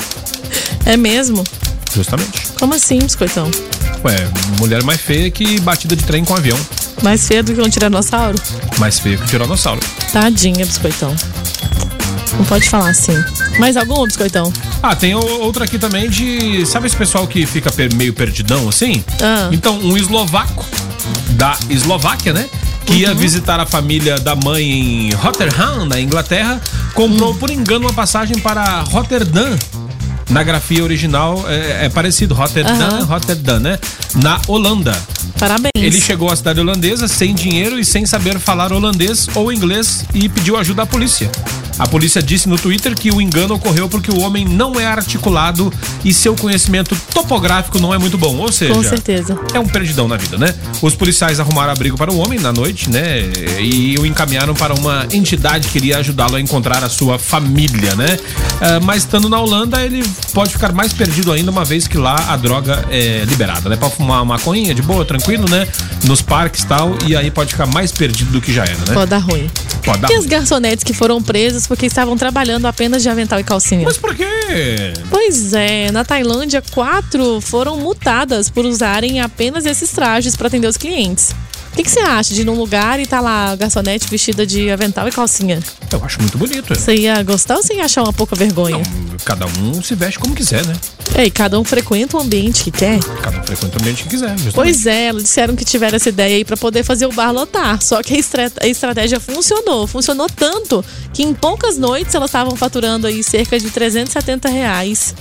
É mesmo?
Justamente.
Como assim, biscoitão?
Ué, mulher mais feia que batida de trem com avião.
Mais feia do que um tiranossauro?
Mais feia que o tiranossauro.
Tadinha, biscoitão. Não pode falar assim. Mais algum, biscoitão?
Ah, tem o- outra aqui também de. Sabe esse pessoal que fica per- meio perdidão assim?
Ah.
Então, um eslovaco da
Uhum.
Eslováquia, né? Que ia visitar a família da mãe em Rotterdam, na Inglaterra, comprou
Hum.
por engano uma passagem para Rotterdam. Na grafia original é, é parecido, Rotterdam,
Aham.
Rotterdam, né? Na Holanda.
Parabéns.
Ele chegou à cidade holandesa sem dinheiro e sem saber falar holandês ou inglês e pediu ajuda à polícia. A polícia disse no Twitter que o engano ocorreu porque o homem não é articulado e seu conhecimento topográfico não é muito bom. Ou seja,
Com certeza.
é um perdidão na vida, né? Os policiais arrumaram abrigo para o homem na noite, né? E o encaminharam para uma entidade que iria ajudá-lo a encontrar a sua família, né? Ah, mas estando na Holanda, ele pode ficar mais perdido ainda, uma vez que lá a droga é liberada, né? Pra fumar uma maconhinha de boa, tranquilo, né? Nos parques e tal, e aí pode ficar mais perdido do que já era, né? um
Pode dar ruim.
Pode dar
E
ruim.
as garçonetes que foram presas porque estavam trabalhando apenas de avental e calcinha?
Mas por quê?
Pois é, na Tailândia, quatro foram multadas por usarem apenas esses trajes para atender os clientes. O que, que você acha de ir num lugar e tá lá a garçonete vestida de avental e calcinha?
Eu acho muito bonito.
Você ia gostar ou você ia achar uma pouca vergonha?
Não, cada um se veste como quiser, né?
É, e cada um frequenta o ambiente que quer.
Cada um frequenta o ambiente que quiser. justamente.
Pois é, elas disseram que tiveram essa ideia aí pra poder fazer o bar lotar. Só que a, estra- a estratégia funcionou. Funcionou tanto que em poucas noites elas estavam faturando aí cerca de 370 reais.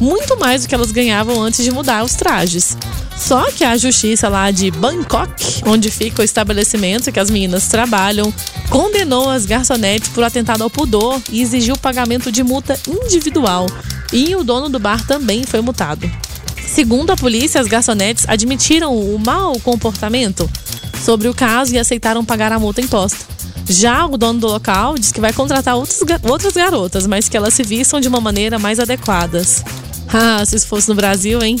Muito mais do que elas ganhavam antes de mudar os trajes. Só que a justiça lá de Bangkok, onde fica o estabelecimento que as meninas trabalham, condenou as garçonetes por atentado ao pudor e exigiu o pagamento de multa individual. E o dono do bar também foi multado. Segundo a polícia, as garçonetes admitiram o mau comportamento sobre o caso e aceitaram pagar a multa imposta. Já o dono do local diz que vai contratar outros ga- outras garotas, mas que elas se vistam de uma maneira mais adequadas. Ah, se isso fosse no Brasil, hein?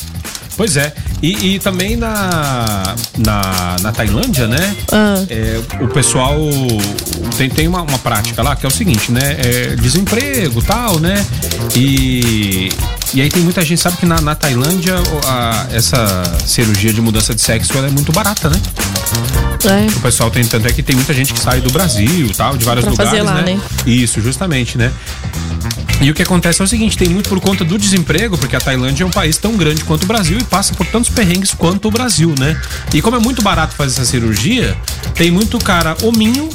Pois é. E, e também na, na, na Tailândia, né?
Ah.
É, o pessoal tem, tem uma, uma prática lá que é o seguinte, né? É, desemprego tal, né? E, e aí tem muita gente, sabe que na, na Tailândia o- a- essa cirurgia de mudança de sexo ela é muito barata, né?
É.
O pessoal tem tanto é que tem muita gente que sai do Brasil, tal, de vários
Pra
lugares,
fazer lá,
né?
né?
Isso, justamente, né? E o que acontece é o seguinte, tem muito por conta do desemprego, porque a Tailândia é um país tão grande quanto o Brasil e passa por tantos perrengues quanto o Brasil, né? E como é muito barato fazer essa cirurgia, tem muito cara hominho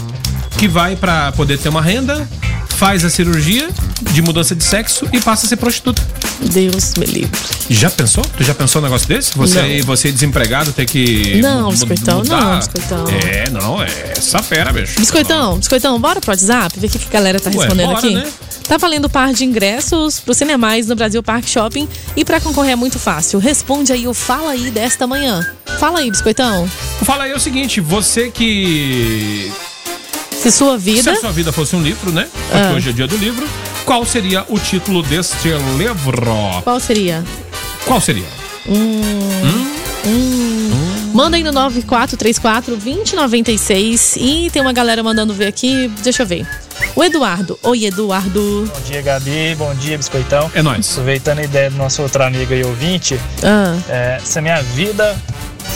que vai pra poder ter uma renda, faz a cirurgia de mudança de sexo e passa a ser prostituta.
Deus me livre.
Já pensou? Tu já pensou um negócio desse? Você,
Não.
você desempregado ter que
Não,
mu- mu-
biscoitão,
mudar?
não, biscoitão.
É, não, é essa fera, bicho.
Biscoitão, biscoitão, bora pro WhatsApp ver o que que a galera tá
Ué,
respondendo
bora,
aqui.
né?
Tá valendo par de ingressos pro Cinemais no Brasil Park Shopping e pra concorrer é muito fácil. Responde aí o Fala aí desta manhã. Fala aí, biscoitão.
Fala aí é o seguinte, você que
Se sua
se
vida.
a sua vida fosse um livro, né? Porque
Ah.
hoje é dia do livro. Qual seria o título deste livro?
Qual seria?
Qual seria?
Manda aí no 9434 2096 e tem uma galera mandando ver aqui. Deixa eu ver. O Eduardo. Oi, Eduardo.
Bom dia, Gabi. Bom dia, Biscoitão.
É nóis.
Aproveitando a ideia do nosso outro amigo e ouvinte,
Ah,
é, se a minha vida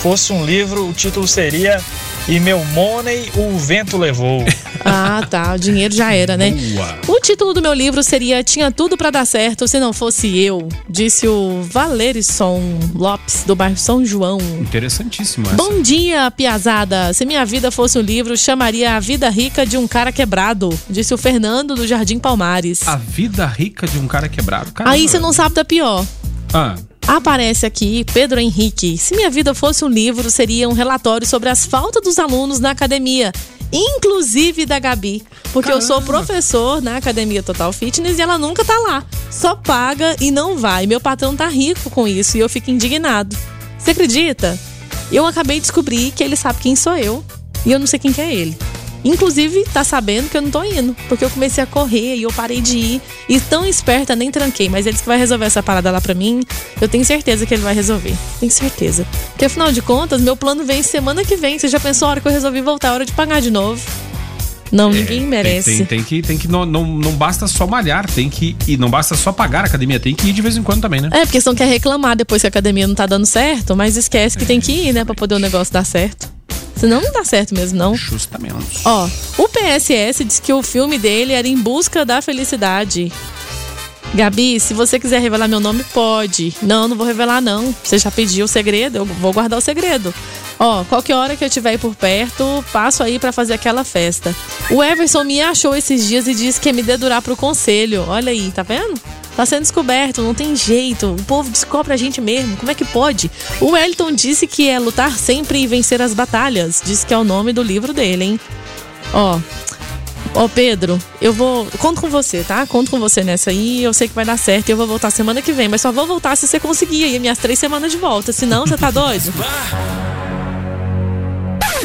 fosse um livro, o título seria E Meu Money o Vento Levou.
ah, tá. O dinheiro já era, né?
Boa.
O título do meu livro seria Tinha Tudo Pra Dar Certo Se Não Fosse Eu, disse o Valerisson Lopes, do bairro São João.
Interessantíssimo essa.
Bom dia, piazada. Se minha vida fosse um livro, chamaria A Vida Rica de um Cara Quebrado, disse o Fernando do Jardim Palmares.
A vida rica de um cara quebrado. Caramba.
Aí você não sabe da pior.
Ah,
Aparece aqui Pedro Henrique. Se minha vida fosse um livro, seria um relatório sobre as faltas dos alunos na academia, inclusive da Gabi. Porque eu sou professor na academia Total Fitness e ela nunca tá lá. Só paga e não vai. Meu patrão tá rico com isso e eu fico indignado. Você acredita? Eu acabei de descobrir que ele sabe quem sou eu e eu não sei quem que é ele. Inclusive, tá sabendo que eu não tô indo, porque eu comecei a correr e eu parei de ir. E tão esperta, nem tranquei. Mas ele disse que vai resolver essa parada lá pra mim. Eu tenho certeza que ele vai resolver. Tenho certeza. Porque afinal de contas, meu plano vem semana que vem. Você já pensou a hora que eu resolvi voltar, a hora de pagar de novo? Não,
é,
ninguém
tem-
merece.
Tem, tem que, tem que não, não, não basta só malhar, tem que e não basta só pagar a academia, tem que ir de vez em quando também, né?
É, porque senão quer reclamar depois que a academia não tá dando certo, mas esquece que tem que ir, né, pra poder o negócio dar certo. Senão não dá certo mesmo, não.
Justamente.
Ó, o PSS diz que o filme dele era Em Busca da Felicidade. Gabi, se você quiser revelar meu nome, pode. Não, não vou revelar, não. Você já pediu o segredo, eu vou guardar o segredo. Ó, qualquer hora que eu estiver aí por perto, passo aí pra fazer aquela festa. O Everson me achou esses dias e disse que ia me dedurar pro conselho. Olha aí, tá vendo? Tá sendo descoberto, não tem jeito. O povo descobre a gente mesmo. Como é que pode? O Wellington disse que é lutar sempre e vencer as batalhas. Diz que é o nome do livro dele, hein? Ó, Ó, Pedro, eu vou. Conto com você, tá? Conto com você nessa aí. Eu sei que vai dar certo e eu vou voltar semana que vem, mas só vou voltar se você conseguir aí minhas três semanas de volta. Senão, você tá doido?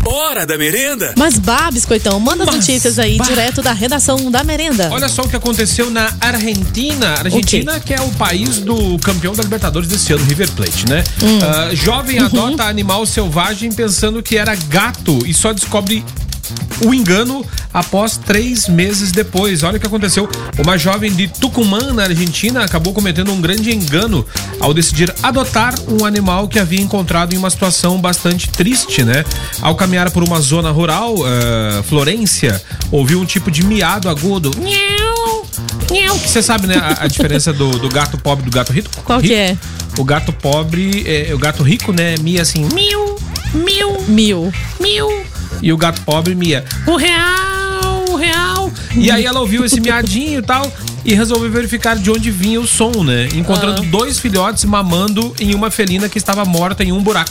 Hora da merenda.
Mas bah, biscoitão, manda as notícias aí direto da redação da merenda.
Olha só o que aconteceu na Argentina. Argentina, que é o país do campeão da Libertadores desse ano, River Plate, né? Ah, jovem adota animal selvagem pensando que era gato e só descobre o engano após três meses depois. Olha o que aconteceu. Uma jovem de Tucumã, na Argentina, acabou cometendo um grande engano ao decidir adotar um animal que havia encontrado em uma situação bastante triste, né? Ao caminhar por uma zona rural, eh, Florência, ouviu um tipo de miado agudo. Miau! Miau! Que Você sabe, né, a, a diferença do, do gato pobre e do gato rico?
Qual que
Rico.
é?
O gato pobre, é, o gato rico, né, mia assim, miu, miu,
Mil.
mil. E o gato pobre mia. Um real, um real. E aí ela ouviu esse miadinho e tal. E resolveu verificar de onde vinha o som, né? Encontrando dois filhotes mamando em uma felina que estava morta em um buraco.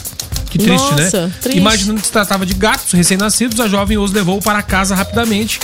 Que triste,
Nossa,
né?
triste.
Imaginando que se tratava de gatos recém-nascidos, a jovem os levou para casa rapidamente.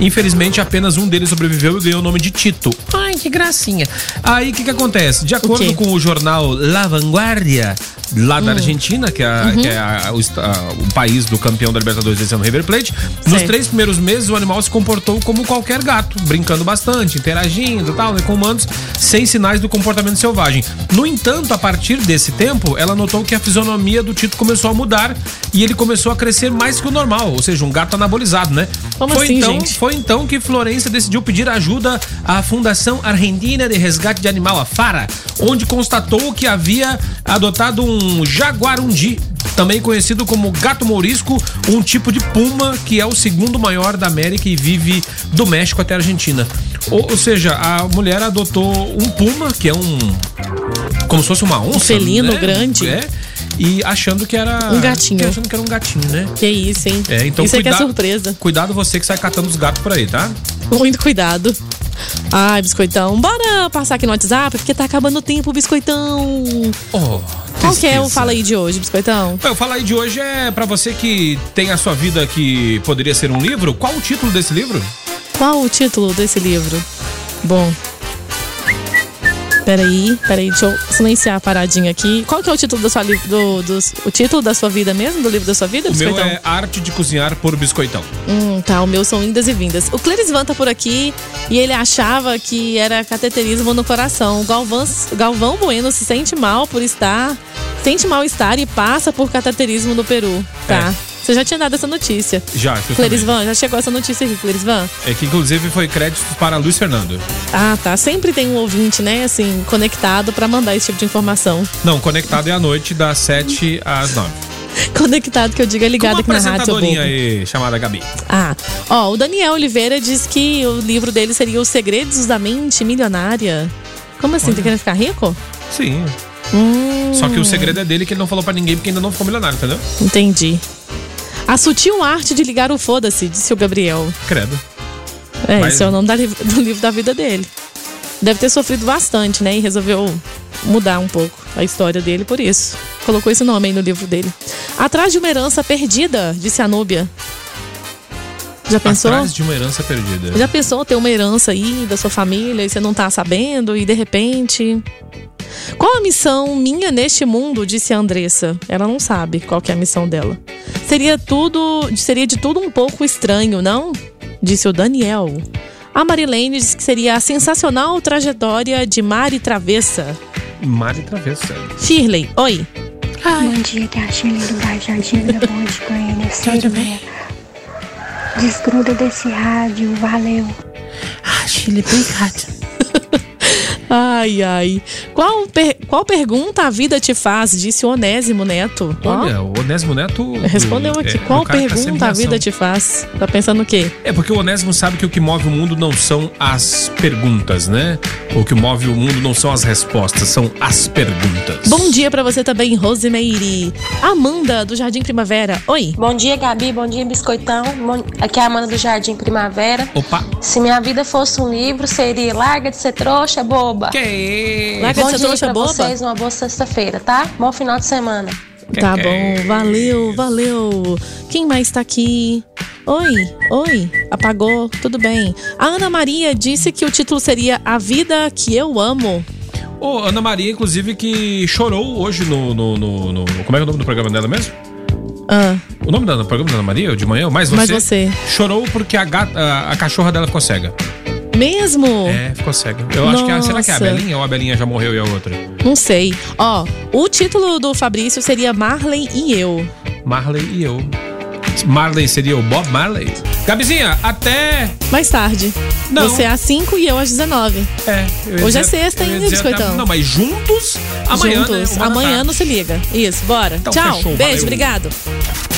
Infelizmente, apenas um deles sobreviveu e ganhou o nome de Tito. Ai, que gracinha. Aí, o que, que acontece? De acordo
quê?
com o jornal La Vanguardia, lá da Argentina, que é, a- que é a- o, esta- o país do campeão da Libertadores desse ano, River Plate, nos
Certo.
três primeiros meses o animal se comportou como qualquer gato, brincando bastante, interagindo e tal, né, comandos, sem sinais do comportamento selvagem. No entanto, a partir desse tempo, ela notou que a fisionomia do Tito começou a mudar e ele começou a crescer mais que o normal, ou seja, um gato anabolizado, né?
Como
foi
assim,
então,
gente?
foi então que Florença decidiu pedir ajuda à Fundação Argentina de Resgate de Animal, a FARA, onde constatou que havia adotado um jaguarundi, também conhecido como gato mourisco, um tipo de puma que é o segundo maior da América e vive do México até a Argentina. Ou, ou seja, a mulher adotou um puma, que é um. como se fosse uma onça.
felino
né?
grande.
É. E achando que era.
Um gatinho.
que achando que era um gatinho, né?
Que isso, hein?
É, então
isso aqui é
cuidado-
surpresa.
Cuidado você que sai catando os gatos por aí, tá?
Muito cuidado. Ai, biscoitão, bora passar aqui no WhatsApp, porque tá acabando o tempo, biscoitão.
Oh,
Qual que é o
tristeza.
Fala aí de hoje, biscoitão?
Bom, O Fala aí de hoje é pra você que tem a sua vida que poderia ser um livro. Qual o título desse livro?
Qual o título desse livro? Bom. Peraí, peraí, deixa eu silenciar a paradinha aqui. Qual que é o título da sua li- do, dos- o título da sua vida mesmo? Do livro da sua vida,
O meu
biscoitão?
é Arte de Cozinhar por Biscoitão.
Hum, tá, o meu são indas e vindas. O Clerisvan tá por aqui e ele achava que era cateterismo no coração. O Galvão, Galvão Bueno se sente mal por estar, sente mal-estar e passa por cateterismo no Peru. Tá.
É.
Você já tinha dado essa notícia.
Já, justamente.
Clerisvan, já chegou essa notícia aqui, Clerisvan?
É que inclusive foi crédito para Luiz Fernando.
Ah, tá. Sempre tem um ouvinte, né, assim, conectado pra mandar esse tipo de informação.
Não, conectado é à noite das 7 às 9.
Conectado que eu digo é
Com
ligado
uma
aqui na rádio. seu
apresentadorinha
bobo.
aí chamada Gabi.
Ah, ó, o Daniel Oliveira diz que o livro dele seria Os Segredos da Mente Milionária. Como assim? Tá querendo ficar rico?
Sim.
Hum.
Só que o segredo é dele que ele não falou pra ninguém porque ainda não ficou milionário, entendeu?
Entendi. A sutil arte de ligar o foda-se, disse o Gabriel.
Credo.
É,
Mas-
esse é o nome da liv- do livro da vida dele. Deve ter sofrido bastante, né? E resolveu mudar um pouco a história dele por isso. Colocou esse nome aí no livro dele. Atrás de uma herança perdida, disse a Núbia. Já pensou?
Atrás de uma herança perdida.
Já pensou ter uma herança aí da sua família e você não tá sabendo e de repente. Qual a missão minha neste mundo? Disse a Andressa. Ela não sabe qual que é a missão dela. Seria tudo. Seria de tudo um pouco estranho, não? Disse o Daniel. A Marilene disse que seria a sensacional trajetória de Mari Travessa.
Mari Travessa.
Shirley, oi.
Bom dia, que é a Chile do Bar Jardim da Bom de Goiânia. Seria. Desgruda desse rádio, valeu.
Ah, Ai, ai. Qual, per- qual pergunta a vida te faz? Disse o Onésimo Neto. Ó,
Olha, o Onésimo Neto.
respondeu
do-
aqui.
é,
qual
o cara tá
pergunta
sem
a vida
reação.
te faz? Tá pensando o quê?
É porque o Onésimo sabe que o que move o mundo não são as perguntas, né? O que move o mundo não são as respostas, são as perguntas.
Bom dia pra você também, Rosimeire. Amanda, do Jardim Primavera. Oi.
Bom dia, Gabi. Bom dia, Biscoitão. Bom- Aqui é a Amanda do Jardim Primavera.
Opa!
Se minha vida fosse um livro, seria Larga de ser trouxa, boba.
Que isso?
Larga de
É, Bom
ser
dia
trouxa,
pra
boba.
vocês, uma boa sexta-feira, tá? Bom final de semana.
Tá
é
bom, valeu, valeu. Quem mais tá aqui? Oi, oi, apagou, tudo bem. A Ana Maria disse que o título seria A Vida Que Eu Amo.
Ô, Ana Maria, inclusive, que chorou hoje no, no, no- no- Como é o nome do programa dela mesmo?
Ah,
O nome da- do programa da Ana Maria, o de manhã, o Mais Você?
Mais Você.
Chorou porque a, gata- a- a cachorra dela ficou cega.
mesmo?
É, ficou cega. Eu acho que. A, será que é a
Oh. Nossa.
Belinha ou a Belinha já morreu e a outra?
Não sei. Ó, o título do Fabrício seria Marley e Eu.
Marley e eu. Marley seria o Bob Marley? Gabizinha, até.
Mais tarde.
Não.
Você é às 5 e eu às 19.
É, eu ia
Hoje é
dizer-
sexta,
eu ia
hein,
dizer até-
biscoitão?
Não, mas juntos amanhã,
Juntos.
né? Uma da
Amanhã
tarde.
não se liga. Isso, bora.
Então,
Tchau.
fechou,
Beijo,
valeu.
obrigado.